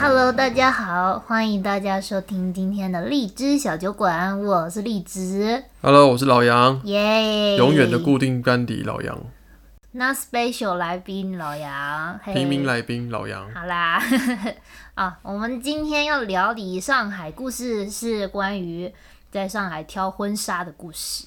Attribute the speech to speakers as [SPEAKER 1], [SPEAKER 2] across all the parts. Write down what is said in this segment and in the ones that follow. [SPEAKER 1] Hello，大家好，欢迎大家收听今天的荔枝小酒馆，我是荔枝，
[SPEAKER 2] Hello，我是老杨，
[SPEAKER 1] 耶、
[SPEAKER 2] 永远的固定班底老杨，
[SPEAKER 1] 那 special 来宾老杨，嘿
[SPEAKER 2] 平民来宾老杨，
[SPEAKER 1] 好啦， 啊，我们今天要聊的上海故事是关于在上海挑婚纱的故事。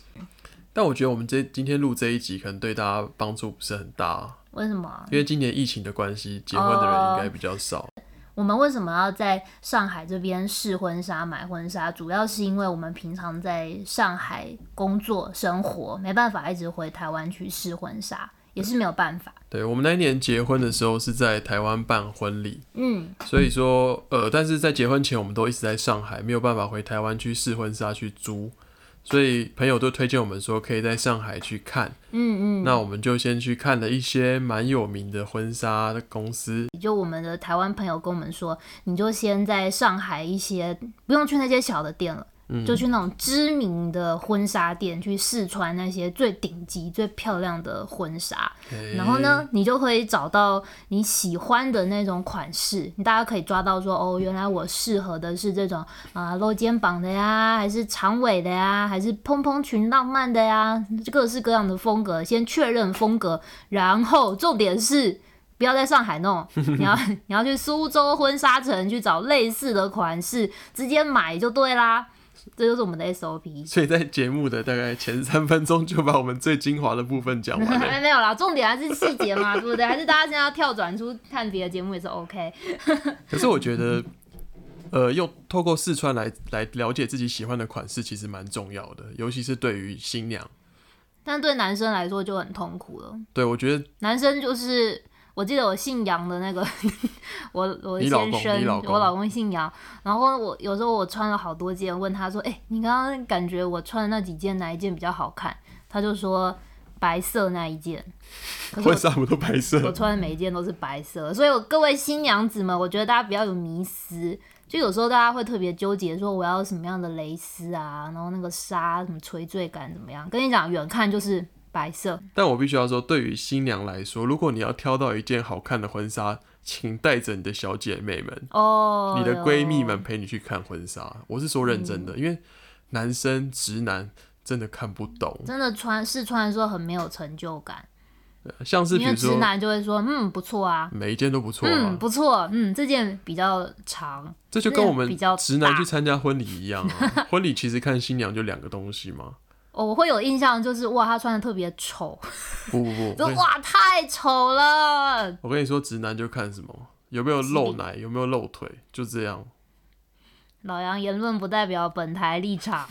[SPEAKER 2] 但我觉得我们这今天录这一集可能对大家帮助不是很大，
[SPEAKER 1] 为什么？
[SPEAKER 2] 因为今年疫情的关系，结婚的人应该比较少。
[SPEAKER 1] 哦我们为什么要在上海这边试婚纱、买婚纱？主要是因为我们平常在上海工作生活，没办法一直回台湾去试婚纱，也是没有办法。
[SPEAKER 2] 对我们那一年结婚的时候是在台湾办婚礼，
[SPEAKER 1] 嗯，
[SPEAKER 2] 所以说呃，但是在结婚前我们都一直在上海，没有办法回台湾去试婚纱去租，所以朋友都推荐我们说可以在上海去看。嗯嗯，那我们就先去看了一些蛮有名的婚纱的公司，
[SPEAKER 1] 就我们的台湾朋友跟我们说，你就先在上海一些不用去那些小的店了。
[SPEAKER 2] 嗯
[SPEAKER 1] 就去那种知名的婚纱店去试穿那些最顶级、最漂亮的婚纱，然后呢，你就可以找到你喜欢的那种款式，你大家可以抓到说，哦，原来我适合的是这种啊、露肩膀的呀，还是长尾的呀，还是蓬蓬裙浪漫的呀，各式各样的风格，先确认风格，然后重点是。不要在上海弄， 你要你要去苏州婚纱城去找类似的款式，直接买就对啦。这就是我们的 SOP。
[SPEAKER 2] 所以在节目的大概前三分钟就把我们最精华的部分讲 完了。
[SPEAKER 1] 哎没没有啦，重点还是细节 嘛，对不对？还是大家现在要跳转出看别的节目也是 OK。
[SPEAKER 2] 可是我觉得，呃，用透过试穿来来了解自己喜欢的款式，其实蛮重要的，尤其是对于新娘。
[SPEAKER 1] 但对男生来说就很痛苦了。
[SPEAKER 2] 对我觉得
[SPEAKER 1] 男生就是，我记得我姓杨的那个， 我我的
[SPEAKER 2] 你老
[SPEAKER 1] 先
[SPEAKER 2] 公
[SPEAKER 1] 生，
[SPEAKER 2] 你老公
[SPEAKER 1] 我老公姓杨。然后我有时候我穿了好多件，问他说：“哎、你刚刚感觉我穿的那几件哪一件比较好看？”他就说白色那一件。可是我
[SPEAKER 2] 婚纱不都白
[SPEAKER 1] 我
[SPEAKER 2] 色，
[SPEAKER 1] 穿的每一件都是白色，所以我各位新娘子们，我觉得大家不要有迷思，就有时候大家会特别纠结，说我要什么样的蕾丝啊，然后那个纱什么垂坠感怎么样？跟你讲，远看就是白色，
[SPEAKER 2] 但我必须要说，对于新娘来说，如果你要挑到一件好看的婚纱，请带着你的小姐妹们、
[SPEAKER 1] 哦，
[SPEAKER 2] 你的
[SPEAKER 1] 哟嗯
[SPEAKER 2] 闺蜜们陪你去看婚纱。我是说认真的，因为男生直男真的看不懂，
[SPEAKER 1] 真的穿试穿的时候很没有成就感，
[SPEAKER 2] 像是比
[SPEAKER 1] 因为
[SPEAKER 2] 如
[SPEAKER 1] 直
[SPEAKER 2] 说
[SPEAKER 1] 男就会说，嗯，不错啊，
[SPEAKER 2] 每一件都不错、啊，
[SPEAKER 1] 嗯，不错，嗯，这件比较长，
[SPEAKER 2] 这就跟我们
[SPEAKER 1] 比较
[SPEAKER 2] 直男
[SPEAKER 1] 大
[SPEAKER 2] 去参加婚礼一样 啊，婚礼其实看新娘就两个东西嘛。
[SPEAKER 1] 哦，我会有印象就是哇，她穿的特别丑，
[SPEAKER 2] 不不不，我
[SPEAKER 1] 就
[SPEAKER 2] 跟你
[SPEAKER 1] 哇太丑了，
[SPEAKER 2] 我跟你说，直男就看什么有没有露奶，有没有露腿，就这 样。
[SPEAKER 1] 老杨言论不代表本台立场。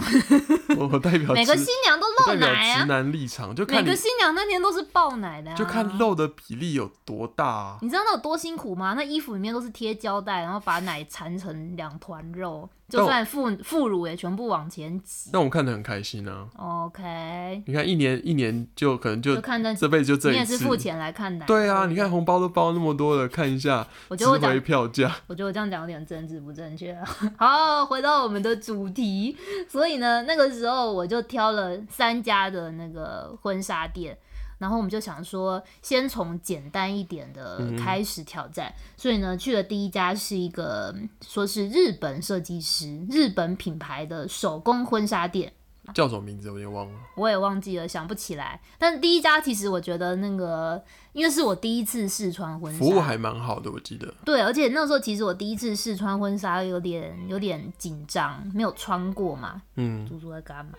[SPEAKER 2] 我我代表
[SPEAKER 1] 每个新
[SPEAKER 2] 直，
[SPEAKER 1] 娘都
[SPEAKER 2] 我
[SPEAKER 1] 露
[SPEAKER 2] 代表
[SPEAKER 1] 奶
[SPEAKER 2] 直
[SPEAKER 1] 啊，
[SPEAKER 2] 男立场，就
[SPEAKER 1] 每
[SPEAKER 2] 看你
[SPEAKER 1] 个新娘那天都是爆奶的、啊，
[SPEAKER 2] 就看。露的比例有多大啊。
[SPEAKER 1] 你知道那有多辛苦吗？那衣服里面都是贴胶带，然后把奶缠成两团肉，就
[SPEAKER 2] 但我
[SPEAKER 1] 算副副乳也全部往前挤。
[SPEAKER 2] 那我们看得很开心啊！
[SPEAKER 1] OK，
[SPEAKER 2] 你看一年一年就可能就
[SPEAKER 1] 就看那
[SPEAKER 2] 这辈子就这
[SPEAKER 1] 你
[SPEAKER 2] 一
[SPEAKER 1] 也是
[SPEAKER 2] 次
[SPEAKER 1] 付。钱来看奶。
[SPEAKER 2] 对啊，你看红包都包那么多了，看一下
[SPEAKER 1] 我觉
[SPEAKER 2] 值
[SPEAKER 1] 得我
[SPEAKER 2] 回
[SPEAKER 1] 讲，
[SPEAKER 2] 票价。
[SPEAKER 1] 我觉得我这样讲有点政治不正确啊。 好，回到我们的主题，所以呢，那个时候我就挑了三家的那个婚纱店，然后我们就想说，先从简单一点的开始挑战。所以呢，去的第一家是一个嗯说是日本设计师、日本品牌的手工婚纱店，
[SPEAKER 2] 叫什么名字我有点忘了。
[SPEAKER 1] 我也忘记了，想不起来。但第一家其实我觉得那个，因为是我第一次试穿婚纱，
[SPEAKER 2] 服务还蛮好的，我记得。
[SPEAKER 1] 对，而且那时候其实我第一次试穿婚纱，有点有点紧张，没有穿过嘛。
[SPEAKER 2] 嗯，
[SPEAKER 1] 猪猪在干嘛？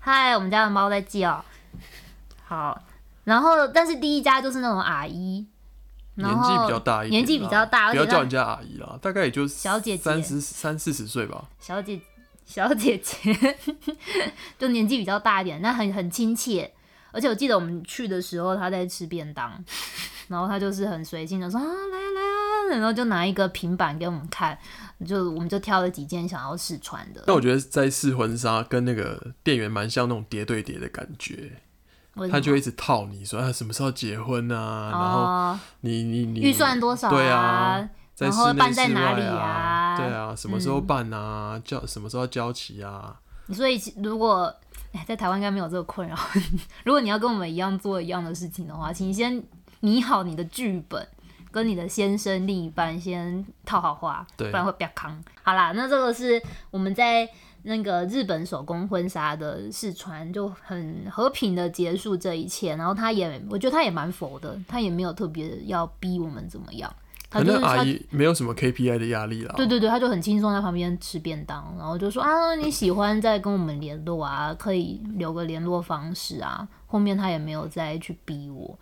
[SPEAKER 1] 嗨，我们家的猫在叫。好，然后但是第一家就是那种阿姨，然
[SPEAKER 2] 年
[SPEAKER 1] 后
[SPEAKER 2] 纪比较大一点
[SPEAKER 1] 年
[SPEAKER 2] 啦，
[SPEAKER 1] 纪比较大而
[SPEAKER 2] 不
[SPEAKER 1] 且
[SPEAKER 2] 要
[SPEAKER 1] 她
[SPEAKER 2] 叫人家阿姨啦，大概也就
[SPEAKER 1] 小姐嗯姐
[SPEAKER 2] 三十三四十岁吧。
[SPEAKER 1] 小姐小姐姐， 就年纪比较大一点，但很很亲切。而且我记得我们去的时候，她在吃便当，然后她就是很随性的说啊来啊来啊，然后就拿一个平板给我们看，就我们就挑了几件想要试穿的。
[SPEAKER 2] 但我觉得在试婚纱跟那个店员蛮像那种叠对叠的感觉，
[SPEAKER 1] 为什
[SPEAKER 2] 他
[SPEAKER 1] 么
[SPEAKER 2] 就会一直套你说啊什么时候结婚啊，然后
[SPEAKER 1] 哦，
[SPEAKER 2] 你你你
[SPEAKER 1] 预算多少
[SPEAKER 2] 对啊，在
[SPEAKER 1] 然后
[SPEAKER 2] 室内
[SPEAKER 1] 办在
[SPEAKER 2] 室
[SPEAKER 1] 哪
[SPEAKER 2] 外
[SPEAKER 1] 里啊嗯
[SPEAKER 2] 啊，对啊，什么时候办啊，交什么时候交期啊，
[SPEAKER 1] 你所以其如果哎在台湾应该没有这个困扰， 如果你要跟我们一样做一样的事情的话，请先拟好你的剧本，跟你的先生、另一半先套好话，不
[SPEAKER 2] 对
[SPEAKER 1] 然会比较康。好啦，那这个是我们在那个日本手工婚纱的试穿，就很和平的结束这一切。然后他也，我觉得他也蛮佛的，他也没有特别要逼我们怎么样，他
[SPEAKER 2] 可
[SPEAKER 1] 就是
[SPEAKER 2] 能阿
[SPEAKER 1] 他。
[SPEAKER 2] 姨没有什么 KPI 的压力啦。
[SPEAKER 1] 对对对，他就很轻松在旁边吃便当，然后就说啊，你喜欢再跟我们联络啊，可以留个联络方式啊。后面他也没有再去逼我。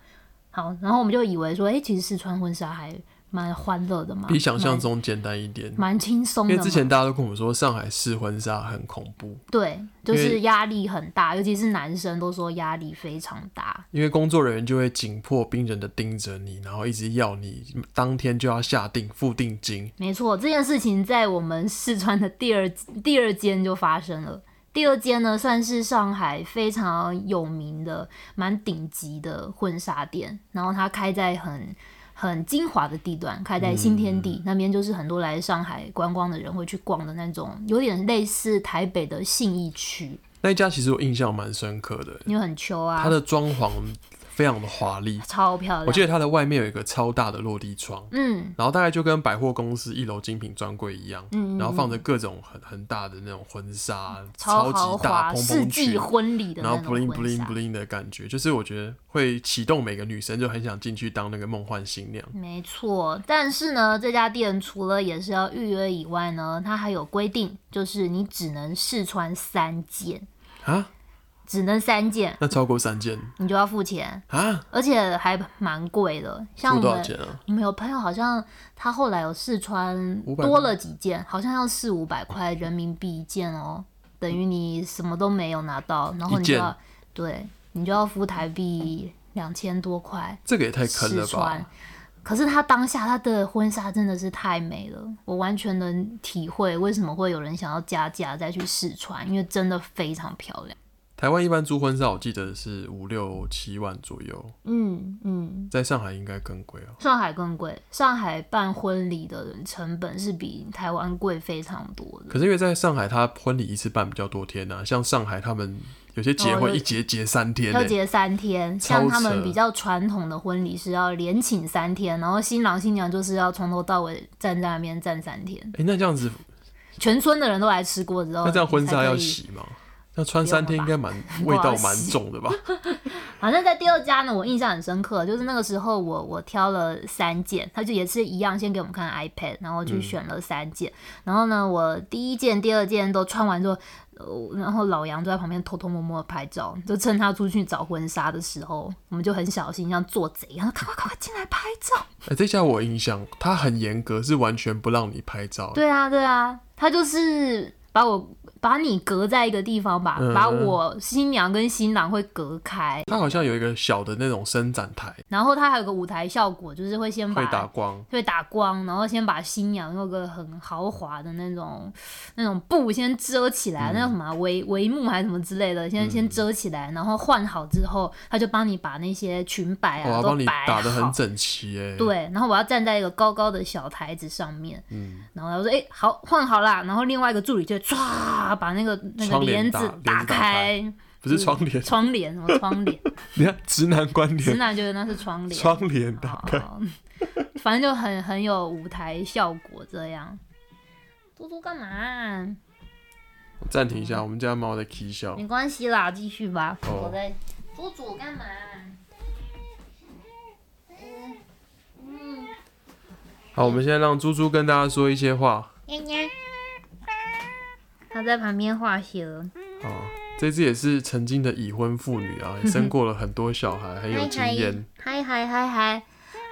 [SPEAKER 1] 好，然后我们就以为说，哎、其实试穿婚纱还蛮欢乐的嘛，
[SPEAKER 2] 比想
[SPEAKER 1] 嗯
[SPEAKER 2] 象中简单一点。
[SPEAKER 1] 蛮蛮轻松的
[SPEAKER 2] 因为
[SPEAKER 1] 嘛。
[SPEAKER 2] 之前大家都跟我们说上海试婚纱很恐怖，
[SPEAKER 1] 对，就
[SPEAKER 2] 因
[SPEAKER 1] 是
[SPEAKER 2] 为
[SPEAKER 1] 压力很大，尤其是男生都说压力非常大。
[SPEAKER 2] 因为工作人员就会紧迫冰冷的盯着你，然后一直要你当天就要下定付定金。
[SPEAKER 1] 没错，这件事情在我们四川的第二 第二间就发生了。第二间呢，算是上海非常有名的、蛮顶级的婚纱店，然后它开在很很精华的地段，开在新天
[SPEAKER 2] 嗯
[SPEAKER 1] 地、那边，就是很多来上海观光的人会去逛的那种，有点类似台北的信义区，
[SPEAKER 2] 那一家其实我印象蛮深刻的，
[SPEAKER 1] 因为很秋啊，嗯
[SPEAKER 2] 它的装潢非常的华丽，
[SPEAKER 1] 超漂亮。
[SPEAKER 2] 我记得它的外面有一个超大的落地窗，
[SPEAKER 1] 嗯，
[SPEAKER 2] 然后大概就跟百货公司一楼精品专柜一样，
[SPEAKER 1] 嗯
[SPEAKER 2] 然后放着各种很很大的那种婚纱，超
[SPEAKER 1] 豪
[SPEAKER 2] 级大
[SPEAKER 1] 华，
[SPEAKER 2] 蓬
[SPEAKER 1] 世
[SPEAKER 2] 蓬
[SPEAKER 1] 纪
[SPEAKER 2] 裙，
[SPEAKER 1] 婚礼的
[SPEAKER 2] 然
[SPEAKER 1] 那
[SPEAKER 2] 后
[SPEAKER 1] 种
[SPEAKER 2] b 灵 i
[SPEAKER 1] 婚纱
[SPEAKER 2] n g。的感觉，就是我觉得会启动每个女生就很想进去当那个梦幻新娘。
[SPEAKER 1] 没错，但是呢，这家店除了也是要预约以外呢，它还有规定，就是你只能试穿三件，
[SPEAKER 2] 啊，
[SPEAKER 1] 只能三件，
[SPEAKER 2] 那超过三件
[SPEAKER 1] 你就要付钱，
[SPEAKER 2] 啊，
[SPEAKER 1] 而且还蛮贵的。像
[SPEAKER 2] 付
[SPEAKER 1] 我
[SPEAKER 2] 多少
[SPEAKER 1] 们
[SPEAKER 2] 钱啊？
[SPEAKER 1] 我们有朋友好像他后来有试穿
[SPEAKER 2] 500
[SPEAKER 1] 多了几件，好像要四五百块人民币一件哦，等于你什么都没有拿到，然后你就
[SPEAKER 2] 件
[SPEAKER 1] 要对你就要付台币两千多块。
[SPEAKER 2] 这个也太坑
[SPEAKER 1] 试
[SPEAKER 2] 了
[SPEAKER 1] 穿
[SPEAKER 2] 吧！。
[SPEAKER 1] 可是她当下她的婚纱真的是太美了，我完全能体会为什么会有人想要加价再去试穿，因为真的非常漂亮。
[SPEAKER 2] 台湾一般租婚纱，我记得是五六七万左右，
[SPEAKER 1] 嗯嗯，
[SPEAKER 2] 在上海应该更贵哦。
[SPEAKER 1] 上海更贵，上海办婚礼的成本是比台湾贵非常多的。
[SPEAKER 2] 可是因为在上海，他婚礼一次办比较多天啊，像上海他们有些结
[SPEAKER 1] 哦
[SPEAKER 2] 婚
[SPEAKER 1] 有
[SPEAKER 2] 一结结三天、
[SPEAKER 1] 要
[SPEAKER 2] 欸，
[SPEAKER 1] 结三天，
[SPEAKER 2] 超
[SPEAKER 1] 像他们
[SPEAKER 2] 扯
[SPEAKER 1] 比较传统的婚礼是要连请三天，然后新郎新娘就是要从头到尾站在那边站三天，
[SPEAKER 2] 哎、那这样子，
[SPEAKER 1] 哦全村的人都来吃过之后，
[SPEAKER 2] 那这样婚
[SPEAKER 1] 才
[SPEAKER 2] 纱
[SPEAKER 1] 可
[SPEAKER 2] 要
[SPEAKER 1] 以
[SPEAKER 2] 洗吗？那穿三天应该蛮
[SPEAKER 1] 不好啊
[SPEAKER 2] 味道
[SPEAKER 1] 洗
[SPEAKER 2] 蛮重的吧？
[SPEAKER 1] 反正在第二家呢，我印象很深刻，就是那个时候我我挑了三件，他就也是一样，先给我们看 iPad，然后去选
[SPEAKER 2] 嗯
[SPEAKER 1] 了三件，然后呢，我第一件、第二件都穿完之后，呃然后老杨就在旁边偷偷摸摸的拍照，就趁他出去找婚纱的时候，我们就很小心，像做贼一样，赶快赶快进来拍照。
[SPEAKER 2] 哎、这家我有印象，他很严格，是完全不让你拍照。
[SPEAKER 1] 对啊，对啊，他就是把我把你隔在一个地方吧，
[SPEAKER 2] 嗯
[SPEAKER 1] 把我新娘跟新郎会隔开，
[SPEAKER 2] 他好像有一个小的那种伸展台，
[SPEAKER 1] 然后他还有个舞台效果，就是会先把
[SPEAKER 2] 会打光。
[SPEAKER 1] 会打光，然后先把新娘用个很豪华的那种那种布先遮起来，
[SPEAKER 2] 嗯
[SPEAKER 1] 那叫什么啊帷帷幕还是什么之类的，先先遮起来，然后换好之后，他就帮你把那些裙摆
[SPEAKER 2] 我
[SPEAKER 1] 啊
[SPEAKER 2] 要
[SPEAKER 1] 都
[SPEAKER 2] 帮你
[SPEAKER 1] 摆
[SPEAKER 2] 打得很
[SPEAKER 1] 好。
[SPEAKER 2] 整齐哎、
[SPEAKER 1] 对，然后我要站在一个高高的小台子上面，嗯，然后他说：“哎、好，换好啦。”然后另外一个助理就唰把那个那个
[SPEAKER 2] 窗帘
[SPEAKER 1] 帘
[SPEAKER 2] 打
[SPEAKER 1] 子
[SPEAKER 2] 帘
[SPEAKER 1] 打
[SPEAKER 2] 子打开
[SPEAKER 1] 开，
[SPEAKER 2] 不是窗帘，
[SPEAKER 1] 窗帘什么窗 帘，
[SPEAKER 2] 你看直男观
[SPEAKER 1] 直
[SPEAKER 2] 点，
[SPEAKER 1] 男觉得那是窗帘，
[SPEAKER 2] 窗帘打开。
[SPEAKER 1] 好， 反正就很很有舞台效果这样。嘟嘟干嘛啊、
[SPEAKER 2] 我暂停一下，我们家猫在 k 笑。
[SPEAKER 1] 没关系啦，继续吧。
[SPEAKER 2] 哦
[SPEAKER 1] 我在嘟嘟干嘛啊、嗯嗯，
[SPEAKER 2] 好，我们现在让猪猪跟大家说一些话。
[SPEAKER 1] 丫丫，他在旁边画血了。
[SPEAKER 2] 哦，这只也是曾经的已婚妇女啊， 也生过了很多小孩，很有经验。
[SPEAKER 1] 嗨嗨嗨嗨，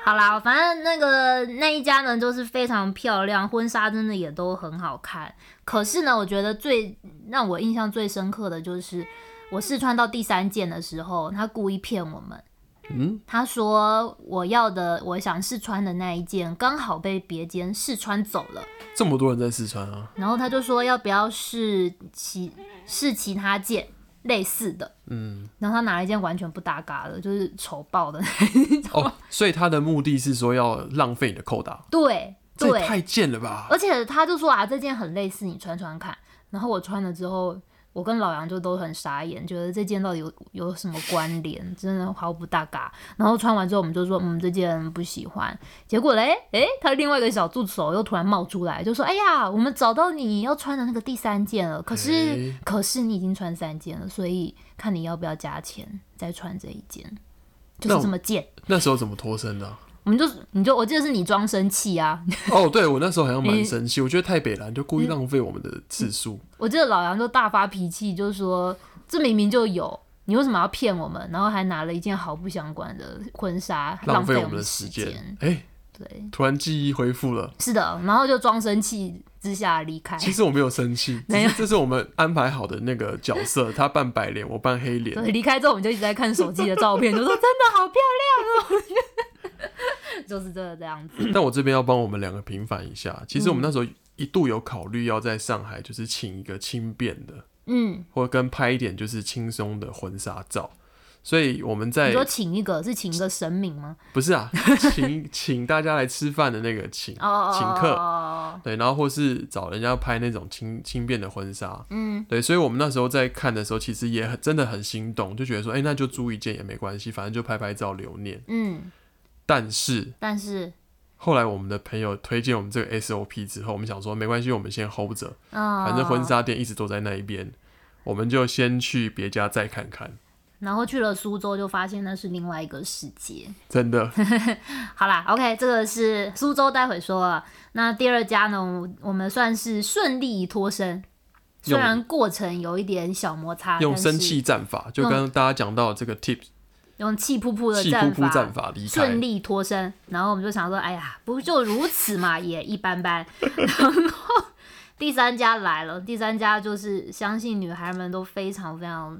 [SPEAKER 1] 好啦，反正那个那一家呢，就是非常漂亮，婚纱真的也都很好看。可是呢，我觉得最让我印象最深刻的就是，我试穿到第三件的时候，他故意骗我们。
[SPEAKER 2] 嗯，
[SPEAKER 1] 他说我要的，我想试穿的那一件刚好被别间试穿走了，
[SPEAKER 2] 这么多人在四川啊，
[SPEAKER 1] 然后他就说要不要试其试其他件类似的，
[SPEAKER 2] 嗯，
[SPEAKER 1] 然后他拿了一件完全不搭嘎的，就是丑爆的
[SPEAKER 2] 哦，所以他的目的是说要浪费你的扣打，
[SPEAKER 1] 对
[SPEAKER 2] 这也
[SPEAKER 1] 对，
[SPEAKER 2] 太贱了吧！
[SPEAKER 1] 而且他就说啊，这件很类似，你穿穿看。然后我穿了之后，我跟老杨就都很傻眼，觉得这件到底有有什么关联，真的毫不搭嘎。然后穿完之后，我们就说，嗯，这件不喜欢。结果嘞，诶、他另外一个小助手又突然冒出来，就说，哎呀，我们找到你要穿的那个第三件了，可是、
[SPEAKER 2] 诶
[SPEAKER 1] 可是你已经穿三件了，所以看你要不要加钱再穿这一件，就
[SPEAKER 2] 那
[SPEAKER 1] 是
[SPEAKER 2] 我
[SPEAKER 1] 这么贱。
[SPEAKER 2] 那时候怎么脱身的啊、
[SPEAKER 1] 我们就你就我记得是你装生气啊，
[SPEAKER 2] 哦，对我那时候好像蛮生气，我觉得太北蓝就
[SPEAKER 1] 嗯
[SPEAKER 2] 故意浪费我们的次数。
[SPEAKER 1] 我记得老杨就大发脾气，就说这明明就有，你为什么要骗我们？然后还拿了一件毫不相关的婚纱，
[SPEAKER 2] 浪
[SPEAKER 1] 费
[SPEAKER 2] 费
[SPEAKER 1] 我
[SPEAKER 2] 我们的
[SPEAKER 1] 时
[SPEAKER 2] 时间。。哎、
[SPEAKER 1] 对，
[SPEAKER 2] 突然记忆恢复了。
[SPEAKER 1] 是的，然后就装生气之下离开。
[SPEAKER 2] 其实我没有生气，只
[SPEAKER 1] 没有
[SPEAKER 2] 是这是我们安排好的那个角色，他扮白脸，我扮黑脸。
[SPEAKER 1] 对，离开之后我们就一直在看手机的照片，就说真的好漂亮哦，就是这个这样子。
[SPEAKER 2] 但我这边要帮我们两个平反一下，其
[SPEAKER 1] 嗯
[SPEAKER 2] 实我们那时候一度有考虑要在上海就是请一个轻便的，
[SPEAKER 1] 嗯，
[SPEAKER 2] 或者跟拍一点就是轻松的婚纱照。所以我们在
[SPEAKER 1] 你说请一个是请一个神明吗？
[SPEAKER 2] 不 是啊，请请大家来吃饭的那个请
[SPEAKER 1] 哦哦，
[SPEAKER 2] 请
[SPEAKER 1] 哦
[SPEAKER 2] 客，
[SPEAKER 1] 哦
[SPEAKER 2] 对，然后或是找人家拍那种轻轻便的婚纱，
[SPEAKER 1] 嗯，
[SPEAKER 2] 对，所以我们那时候在看的时候，其实也很真的很心动，就觉得说，哎、那就租一件也没关系，反正就拍拍照留念。
[SPEAKER 1] 嗯，
[SPEAKER 2] 但是
[SPEAKER 1] 但是
[SPEAKER 2] 后来我们的朋友推荐我们这个 SOP 之后，我们想说没关系，我们先 hold 着，
[SPEAKER 1] 嗯，
[SPEAKER 2] 反正婚纱店一直都在那一边，我们就先去别家再看看。
[SPEAKER 1] 然后去了苏州就发现那是另外一个世界。
[SPEAKER 2] 真的，
[SPEAKER 1] 啊好啦，OK，这个是苏州，待会说了。那第二家呢，我我们算是顺利脱身，虽
[SPEAKER 2] 用
[SPEAKER 1] 然过程有一点小摩擦，
[SPEAKER 2] 用
[SPEAKER 1] 但
[SPEAKER 2] 生
[SPEAKER 1] 是嗯
[SPEAKER 2] 气战法，就刚刚大家讲到这个 tips，
[SPEAKER 1] 用气扑扑的
[SPEAKER 2] 气
[SPEAKER 1] 战
[SPEAKER 2] 呼呼
[SPEAKER 1] 法，
[SPEAKER 2] 战法离开
[SPEAKER 1] 顺。利脱身。然后我们就想说，哎呀，不就如此嘛， 也一般般。然后第三家来了，第三家就是相信女孩们都非常非常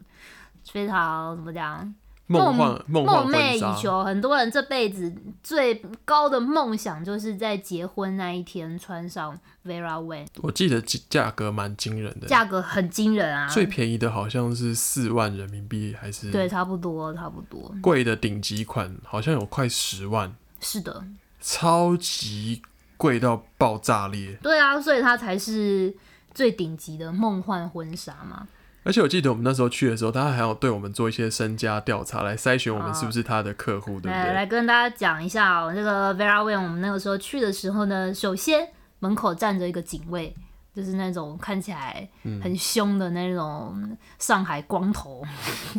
[SPEAKER 1] 非常怎么讲，
[SPEAKER 2] 梦幻梦幻
[SPEAKER 1] 梦寐
[SPEAKER 2] 婚纱
[SPEAKER 1] 以，求，很多人这辈子最高的梦想就是在结婚那一天穿上 Vera Wang，
[SPEAKER 2] 我记得价价格蛮惊人的，
[SPEAKER 1] 价格很惊人啊，
[SPEAKER 2] 最嗯便宜的好像是四万人民币，还是
[SPEAKER 1] 对，差不多，差不多，
[SPEAKER 2] 贵的顶级款好像有快十万，
[SPEAKER 1] 是的，
[SPEAKER 2] 超级贵到爆炸裂。
[SPEAKER 1] 对啊，所以它才是最顶级的梦幻婚纱嘛，
[SPEAKER 2] 而且我记得我们那时候去的时候，他还要对我们做一些身家调查，来筛选我们是不是他的客户，对不
[SPEAKER 1] 来
[SPEAKER 2] 对？
[SPEAKER 1] 来跟大家讲一下哦，这个 Vera Wang，我们那个时候去的时候呢，首先门口站着一个警卫。就是那种看起来
[SPEAKER 2] 嗯
[SPEAKER 1] 很凶的那种上海光 头，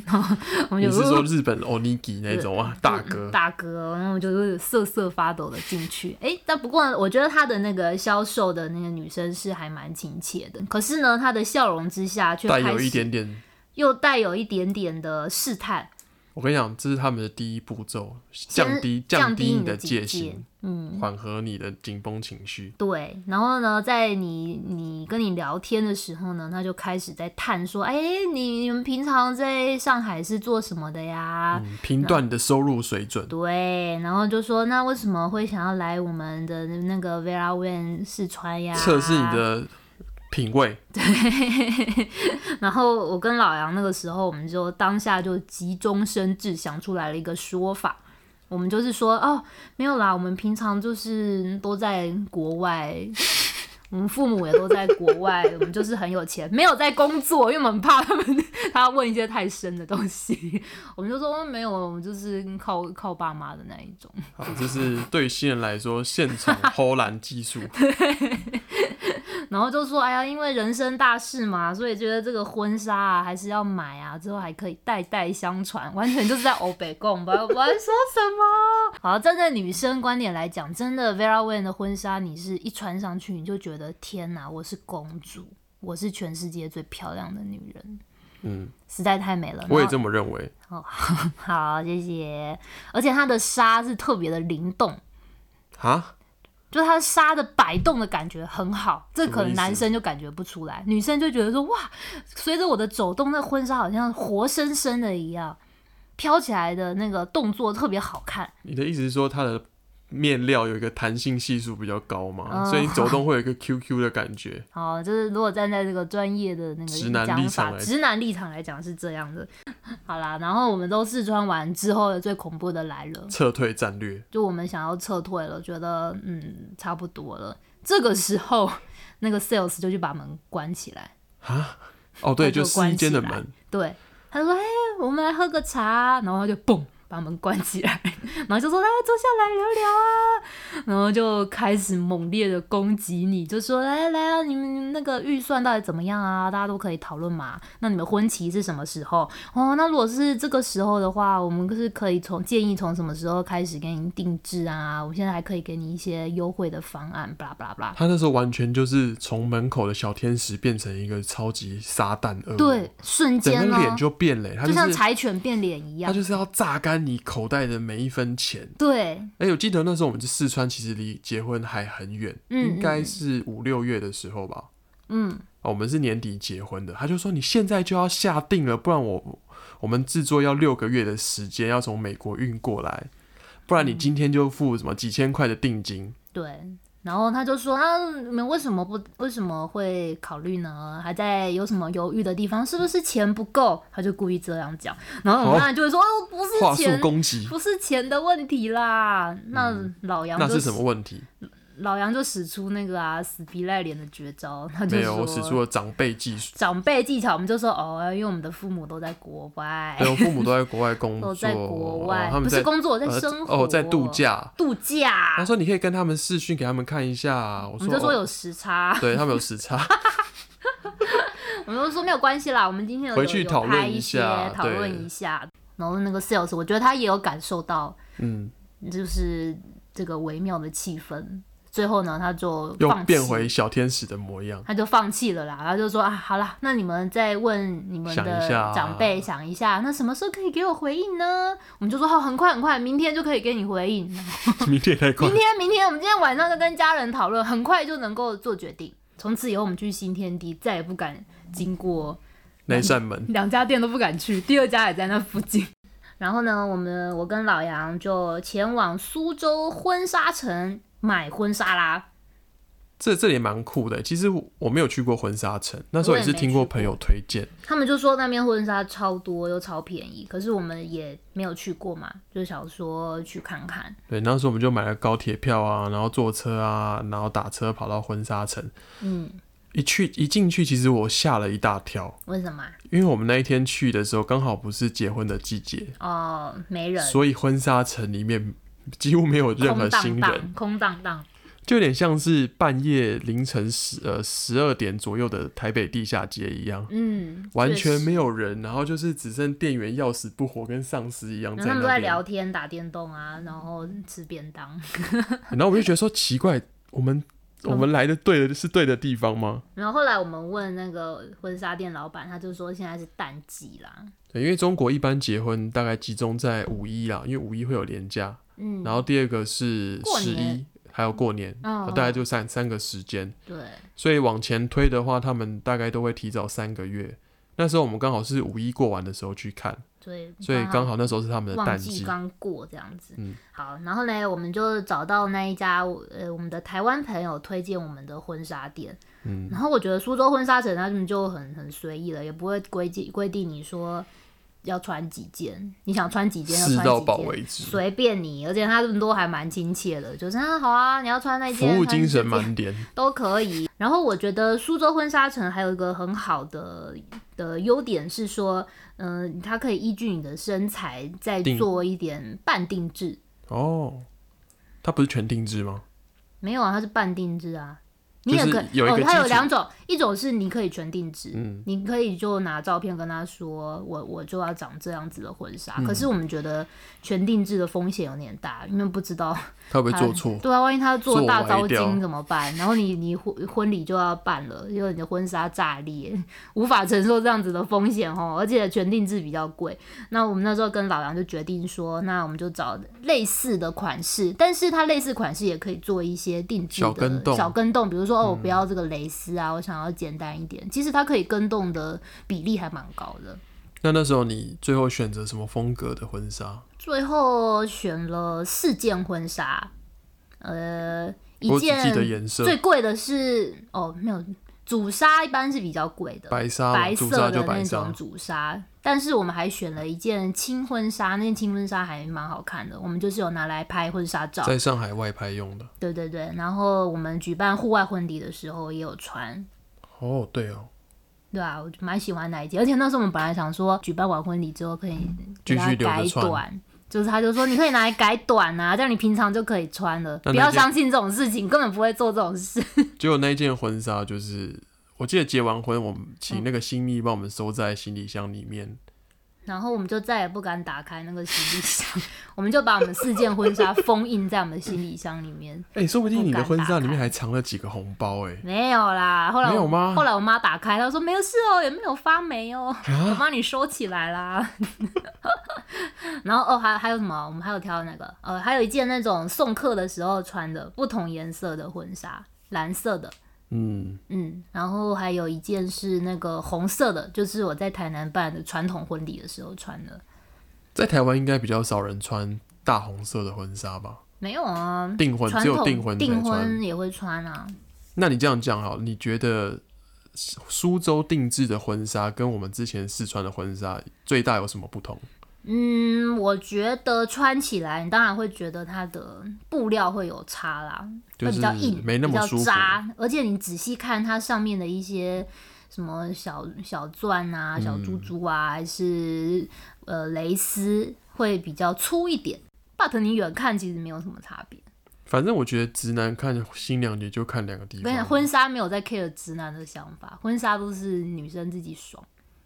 [SPEAKER 1] 然后我们
[SPEAKER 2] 你
[SPEAKER 1] 就是
[SPEAKER 2] 说日本 Onigi 那种啊，大哥？
[SPEAKER 1] 嗯大哥，然后我就是瑟瑟发抖的进去。诶，但不过我觉得他的那个销售的那个女生是还蛮亲切的，可是呢，她的笑容之下却
[SPEAKER 2] 带
[SPEAKER 1] 开
[SPEAKER 2] 有
[SPEAKER 1] 始
[SPEAKER 2] 一点点，
[SPEAKER 1] 又带有一点点的试探，
[SPEAKER 2] 我跟你讲，这是他们的第一步骤，
[SPEAKER 1] 先
[SPEAKER 2] 降低
[SPEAKER 1] 降低
[SPEAKER 2] 低
[SPEAKER 1] 你
[SPEAKER 2] 你
[SPEAKER 1] 的
[SPEAKER 2] 的
[SPEAKER 1] 警
[SPEAKER 2] 戒
[SPEAKER 1] 戒
[SPEAKER 2] 心，嗯，缓和你的紧绷情绪。
[SPEAKER 1] 对，然后呢，在你你跟你聊天的时候呢，他就开始在探说，哎、你你们平常在上海是做什么的呀？
[SPEAKER 2] 嗯，评断你的收入水准，
[SPEAKER 1] 对，然后就说那为什么会想要来我们的那个 Vera Wang 试穿呀？
[SPEAKER 2] 测试你的品味。
[SPEAKER 1] 然后我跟老杨那个时候，我们就当下就急中生智，想出来了一个说法。我们就是说，哦，没有啦，我们平常就是都在国外，我们父母也都在国外，我们就是很有钱，没有在工作，因为我们怕他们他问一些太深的东西， 我们就说哦没有，我们就是靠靠爸妈的那一种。
[SPEAKER 2] 好，就是对于新人来说，现场偷懒技术，
[SPEAKER 1] 然后就说：“哎呀，因为人生大事嘛，所以觉得这个婚纱啊还是要买啊，之后还可以代代相传。”完全就是在欧北共， 不要不要说什么。好，站在女生观点来讲，真的 Vera Wang 的婚纱，你是一穿上去，你就觉得天哪，我是公主，我是全世界最漂亮的女人，
[SPEAKER 2] 嗯，
[SPEAKER 1] 实在太美了。
[SPEAKER 2] 我
[SPEAKER 1] 然
[SPEAKER 2] 也
[SPEAKER 1] 后
[SPEAKER 2] 这么认为。
[SPEAKER 1] 好，谢谢。而且它的纱是特别的灵动，
[SPEAKER 2] 啊，
[SPEAKER 1] 就它纱的摆动的感觉很好，这
[SPEAKER 2] 么
[SPEAKER 1] 可能
[SPEAKER 2] 意思
[SPEAKER 1] 男生就感觉不出来，女生就觉得说哇，随着我的走动，那婚纱好像活生生的一样，飘起来的那个动作特别好看。
[SPEAKER 2] 你的意思是说它的面料有一个弹性系数比较高嘛，
[SPEAKER 1] 哦
[SPEAKER 2] 所以你走动会有一个 QQ 的感 觉。
[SPEAKER 1] 好，就是如果站在这个专业的那
[SPEAKER 2] 直
[SPEAKER 1] 个
[SPEAKER 2] 男
[SPEAKER 1] 讲
[SPEAKER 2] 立
[SPEAKER 1] 法，
[SPEAKER 2] 场来
[SPEAKER 1] 直男立场来讲是这样的。好啦，然后我们都试穿完之后，最恐怖的来了，
[SPEAKER 2] 撤退战略，
[SPEAKER 1] 就我们想要撤退了，觉得嗯差不多了。这个时候，那个 sales 就去把门关起来。
[SPEAKER 2] 哦，对，
[SPEAKER 1] 那就
[SPEAKER 2] 就是一间的
[SPEAKER 1] 关起来
[SPEAKER 2] 门，
[SPEAKER 1] 对，他就说：“哎、我们来喝个茶。”然后他就嘣把门关起来， 然后就说：“来坐下来聊聊啊。”然后就开始猛烈的攻击你，就说：“来来啊，你们那个预算到底怎么样啊？大家都可以讨论嘛。那你们婚期是什么时候？哦，那如果是这个时候的话，我们是可以从建议从什么时候开始给你定制啊？我现在还可以给你一些优惠的方案，巴拉巴拉巴拉。”
[SPEAKER 2] 他那时候完全就是从门口的小天使变成一个超级撒旦恶魔，
[SPEAKER 1] 对，，瞬
[SPEAKER 2] 整
[SPEAKER 1] 间
[SPEAKER 2] 个
[SPEAKER 1] 呢，
[SPEAKER 2] 脸就变了，他
[SPEAKER 1] 就像
[SPEAKER 2] 是
[SPEAKER 1] 柴犬变脸一
[SPEAKER 2] 他
[SPEAKER 1] 样。
[SPEAKER 2] 就是要榨干你口袋的每一分钱。
[SPEAKER 1] 对，
[SPEAKER 2] 哎、我记得那时候我们去四川，其实离结婚还很远，
[SPEAKER 1] 嗯
[SPEAKER 2] 应该是五六月的时候吧。
[SPEAKER 1] 嗯，
[SPEAKER 2] 哦，我们是年底结婚的，他就说你现在就要下定了，不然我我们制作要六个月的时间，要从美国运过来，不然你
[SPEAKER 1] 嗯
[SPEAKER 2] 今天就付什么几千块的定金。
[SPEAKER 1] 对，然后他就说啊，你们为什么不为什么会考虑呢？还在有什么犹豫的地方？是不是钱不够？他就故意这样讲，然后我们
[SPEAKER 2] 哦
[SPEAKER 1] 当然就会说哦，不
[SPEAKER 2] 话
[SPEAKER 1] 是
[SPEAKER 2] 术
[SPEAKER 1] 钱，
[SPEAKER 2] 攻击，
[SPEAKER 1] 不是钱的问题啦。那老杨就
[SPEAKER 2] 嗯那是什么问题？
[SPEAKER 1] 老杨就使出那个啊死皮赖脸的绝招，他就
[SPEAKER 2] 没有，我
[SPEAKER 1] 说
[SPEAKER 2] 使出了长辈技术。
[SPEAKER 1] 长辈技巧，我们就说哦，因为我们的父母都在国外
[SPEAKER 2] 对，，我父母都在国外工作，
[SPEAKER 1] 都在国
[SPEAKER 2] 哦
[SPEAKER 1] 外，
[SPEAKER 2] 他们
[SPEAKER 1] 不
[SPEAKER 2] 在
[SPEAKER 1] 是工作，在
[SPEAKER 2] 呃
[SPEAKER 1] 生活，
[SPEAKER 2] 哦，在度，假。
[SPEAKER 1] 度假
[SPEAKER 2] 他，说你可以跟他们视讯，给他们看一下啊。我
[SPEAKER 1] 我
[SPEAKER 2] 说
[SPEAKER 1] 们就说
[SPEAKER 2] 哦
[SPEAKER 1] 有时差。
[SPEAKER 2] 对他们有 时差，
[SPEAKER 1] 我们就说没有关系啦，我们今天有
[SPEAKER 2] 回去
[SPEAKER 1] 有有
[SPEAKER 2] 讨论
[SPEAKER 1] 拍
[SPEAKER 2] 一
[SPEAKER 1] 一些
[SPEAKER 2] 下
[SPEAKER 1] 讨
[SPEAKER 2] 对
[SPEAKER 1] 论一下。然后那个 sales，我觉得他也有感受到，
[SPEAKER 2] 嗯，
[SPEAKER 1] 就是这个微妙的气氛。最后呢，他就
[SPEAKER 2] 又
[SPEAKER 1] 放弃
[SPEAKER 2] 变回小天使的模样。
[SPEAKER 1] 他就放弃了啦，他就说啊，好啦，那你们再问你们
[SPEAKER 2] 想一
[SPEAKER 1] 的
[SPEAKER 2] 下啊
[SPEAKER 1] 长辈想一下，那什么时候可以给我回应呢？我们就说好，很快很快，明天就可以给你回应。
[SPEAKER 2] 明天太快
[SPEAKER 1] 明，天明天，我们今天晚上就跟家人讨论，很快就能够做决定。从此以后，我们去新天地，再也不敢经过
[SPEAKER 2] 那扇门
[SPEAKER 1] 两家店都不敢去，第二家也在那附近。然后呢，我们我跟老杨就前往苏州婚纱城买婚纱啦。
[SPEAKER 2] 这这里也蛮酷的。其实我我没有去过婚纱城，那时候也是听过朋友推荐。
[SPEAKER 1] 他们就说那边婚纱超多又超便宜，可是我们也没有去过嘛，就想说去看看。
[SPEAKER 2] 对，那时候我们就买了高铁票啊，然后坐车啊，然后打车跑到婚纱城。
[SPEAKER 1] 嗯，
[SPEAKER 2] 一去一进去，其实我吓了一大跳，
[SPEAKER 1] 为什么啊？
[SPEAKER 2] 因为我们那一天去的时候刚好不是结婚的季节，
[SPEAKER 1] 哦，没人，
[SPEAKER 2] 所以婚纱城里面几乎没有任何
[SPEAKER 1] 空
[SPEAKER 2] 新
[SPEAKER 1] 荡
[SPEAKER 2] 人，
[SPEAKER 1] 荡，空荡荡。
[SPEAKER 2] 就有点像是半夜凌晨十呃十二点左右的台北地下街一样。
[SPEAKER 1] 嗯，
[SPEAKER 2] 啊完全
[SPEAKER 1] 确实。
[SPEAKER 2] 没有人，然后就是只剩店员要死不活，跟丧尸一样
[SPEAKER 1] 然
[SPEAKER 2] 在
[SPEAKER 1] 后他
[SPEAKER 2] 那
[SPEAKER 1] 们都在
[SPEAKER 2] 边。
[SPEAKER 1] 聊天、打电动啊，然后吃便当。
[SPEAKER 2] 然后我就觉得说奇怪，我们我们来的对的是对的地方吗？
[SPEAKER 1] 然后后来我们问那个婚纱店老板，他就说现在是淡季啦，
[SPEAKER 2] 对，因为中国一般结婚大概集中在五一啦，因为五一会有连假，
[SPEAKER 1] 嗯，
[SPEAKER 2] 然后第二个是
[SPEAKER 1] 过
[SPEAKER 2] 十
[SPEAKER 1] 年
[SPEAKER 2] 一，还有过年，
[SPEAKER 1] 嗯
[SPEAKER 2] 大概就三三个时间。
[SPEAKER 1] 对，
[SPEAKER 2] 所以往前推的话，他们大概都会提早三个月。那时候我们刚好是五一过完的时候去看，
[SPEAKER 1] 所以
[SPEAKER 2] 所以刚好那时候是他们的
[SPEAKER 1] 旺
[SPEAKER 2] 淡
[SPEAKER 1] 季
[SPEAKER 2] 季。
[SPEAKER 1] 刚过这样子。
[SPEAKER 2] 嗯
[SPEAKER 1] 好，然后呢，我们就找到那一家呃，我们的台湾朋友推荐我们的婚纱店。
[SPEAKER 2] 嗯，
[SPEAKER 1] 然后我觉得苏州婚纱城他们就很很随意了，也不会规定规定你说要穿几件，你想穿几件要
[SPEAKER 2] 事
[SPEAKER 1] 穿
[SPEAKER 2] 到
[SPEAKER 1] 几
[SPEAKER 2] 饱
[SPEAKER 1] 件
[SPEAKER 2] 为止，
[SPEAKER 1] 随便你，而且他们都还蛮亲切的，就是啊好啊，你要穿那件，
[SPEAKER 2] 服务
[SPEAKER 1] 穿
[SPEAKER 2] 精
[SPEAKER 1] 这
[SPEAKER 2] 神
[SPEAKER 1] 件
[SPEAKER 2] 满点。
[SPEAKER 1] 都可以。然后我觉得苏州婚纱城还有一个很好的的优点是说，嗯、它可以依据你的身材再
[SPEAKER 2] 定
[SPEAKER 1] 做一点半定制。
[SPEAKER 2] 哦，它不是全定制吗？
[SPEAKER 1] 没有啊，它是半定制啊。你也
[SPEAKER 2] 就是
[SPEAKER 1] 可
[SPEAKER 2] 有一
[SPEAKER 1] 哦
[SPEAKER 2] 个，
[SPEAKER 1] 它有
[SPEAKER 2] 基础
[SPEAKER 1] 两种，一种是你可以全定制，
[SPEAKER 2] 嗯
[SPEAKER 1] 你可以就拿照片跟他说，我我就要长这样子的婚
[SPEAKER 2] 嗯
[SPEAKER 1] 纱。可是我们觉得全定制的风险有点大，因为不知道
[SPEAKER 2] 它会不会
[SPEAKER 1] 他
[SPEAKER 2] 做错？
[SPEAKER 1] 对啊，万一他做大
[SPEAKER 2] 做
[SPEAKER 1] 糟
[SPEAKER 2] 歪掉
[SPEAKER 1] 精怎么办？然后你你婚婚礼就要办了，因为你的婚纱炸裂，无法承受这样子的风险哦。而且全定制比较贵。那我们那时候跟老杨就决定说，那我们就找类似的款式，但是它类似款式也可以做一些定制的
[SPEAKER 2] 小跟动嗯
[SPEAKER 1] 小跟动比如说哦，我不要这个蕾丝啊，我想要简单一点。其实它可以跟动的比例还蛮高的。
[SPEAKER 2] 那那时候你最后选择什么风格的婚纱？
[SPEAKER 1] 最后选了四件婚纱，呃，一
[SPEAKER 2] 我只
[SPEAKER 1] 件
[SPEAKER 2] 记得颜色，
[SPEAKER 1] 最贵的是哦，没有主纱一般是比较贵的，
[SPEAKER 2] 白纱嘛，主纱
[SPEAKER 1] 色
[SPEAKER 2] 就
[SPEAKER 1] 的
[SPEAKER 2] 白
[SPEAKER 1] 那种
[SPEAKER 2] 纱。
[SPEAKER 1] 主纱。但是我们还选了一件轻婚纱，那件轻婚纱还蛮好看的，我们就是有拿来拍婚纱照。
[SPEAKER 2] 在上海外拍用的
[SPEAKER 1] 对对对，然后我们举办户外婚礼的时候也有穿。
[SPEAKER 2] 哦，对哦，
[SPEAKER 1] 对啊，我就蛮喜欢那一集，而且那时候我们本来想说，举办完婚礼之后可以给它
[SPEAKER 2] 继续留着
[SPEAKER 1] 改
[SPEAKER 2] 穿
[SPEAKER 1] 短，就是他就说你可以拿来改短啊，这样你平常就可以穿了，
[SPEAKER 2] 那
[SPEAKER 1] 不要
[SPEAKER 2] 那件
[SPEAKER 1] 相信这种事情，根本不会做这种事。
[SPEAKER 2] 结果那一件婚纱就是，我记得结完婚，我们请那个新密帮我们收在行李箱里面。
[SPEAKER 1] 然后我们就再也不敢打开那个行李箱，我们就把我们四件婚纱封印在我们的行李箱里面。
[SPEAKER 2] 哎、说不定你的
[SPEAKER 1] 不敢
[SPEAKER 2] 婚
[SPEAKER 1] 打
[SPEAKER 2] 纱里面
[SPEAKER 1] 开
[SPEAKER 2] 还藏了几个红包哎、
[SPEAKER 1] 没有啦，后来我
[SPEAKER 2] 没有吗啊
[SPEAKER 1] 后来我妈打开，她说没有事哦，也没有发霉哦，我帮你收起来啦。然后哦，还还有什么？我们还有挑那个呃，还有一件那种送客的时候穿的不同颜色的婚纱，蓝色的，
[SPEAKER 2] 嗯，
[SPEAKER 1] 嗯，然后还有一件是那个红色的，就是我在台南办的传统婚礼的时候穿的。
[SPEAKER 2] 在台湾应该比较少人穿大红色的婚纱吧？
[SPEAKER 1] 没有啊，
[SPEAKER 2] 订婚
[SPEAKER 1] 传
[SPEAKER 2] 哦只有
[SPEAKER 1] 统
[SPEAKER 2] 订婚才
[SPEAKER 1] 订
[SPEAKER 2] 穿。
[SPEAKER 1] 婚也会穿啊，
[SPEAKER 2] 那你这样讲好了，你觉得苏苏州定制的婚纱跟我们之前试穿的婚纱最大有什么不同？
[SPEAKER 1] 嗯，我觉得穿起来，你当然会觉得它的布料会有差啦，
[SPEAKER 2] 就
[SPEAKER 1] 会比
[SPEAKER 2] 是
[SPEAKER 1] 较硬，
[SPEAKER 2] 没那么
[SPEAKER 1] 比
[SPEAKER 2] 舒
[SPEAKER 1] 较
[SPEAKER 2] 服
[SPEAKER 1] 扎。而且你仔细看它上面的一些什么小小钻
[SPEAKER 2] 嗯
[SPEAKER 1] 啊、小珠珠啊，还是呃蕾丝会比较粗一点。but 你远看其实没有什么差别。
[SPEAKER 2] 反正我觉得直男看新娘也就看两个地
[SPEAKER 1] 我跟你讲，
[SPEAKER 2] 方。
[SPEAKER 1] 婚纱没有在 care 直男的想法，婚纱都是女生自己爽。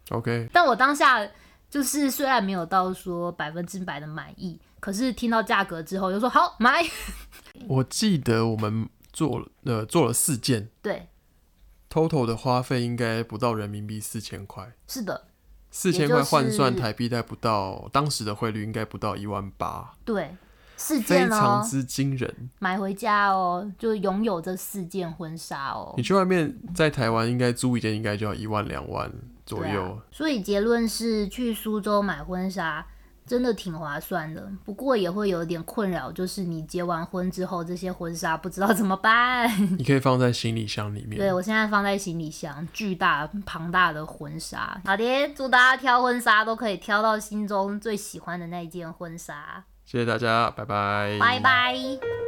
[SPEAKER 2] OK，
[SPEAKER 1] 但我当下就是虽然没有到说百分之百的满意，可是听到价格之后就说好买。
[SPEAKER 2] 我记得我们做了呃做了四件
[SPEAKER 1] 对，
[SPEAKER 2] ，total 的花费应该不到人民币四千块，
[SPEAKER 1] 是的，
[SPEAKER 2] 四
[SPEAKER 1] 就
[SPEAKER 2] 千
[SPEAKER 1] 是
[SPEAKER 2] 块换算台币大概不到当时的汇率应该不到一万八，
[SPEAKER 1] 对，四
[SPEAKER 2] 非
[SPEAKER 1] 件哦
[SPEAKER 2] 常，之惊人。
[SPEAKER 1] 买回家哦，就拥有这四件婚纱哦
[SPEAKER 2] 你。去外面在台湾应该租一件应该就要一万两万左
[SPEAKER 1] 对
[SPEAKER 2] 右
[SPEAKER 1] 啊，，所以结论是去苏州买婚纱真的挺划算的，不过也会有点困扰，就是你结完婚之后，这些婚纱不知道怎么办。
[SPEAKER 2] 你可以放在行李箱里面。
[SPEAKER 1] 对，我现在放在行李箱，巨大庞大的婚纱。好的，祝大家挑婚纱都可以挑到心中最喜欢的那一件婚纱。
[SPEAKER 2] 谢谢大家，拜拜，
[SPEAKER 1] 拜拜。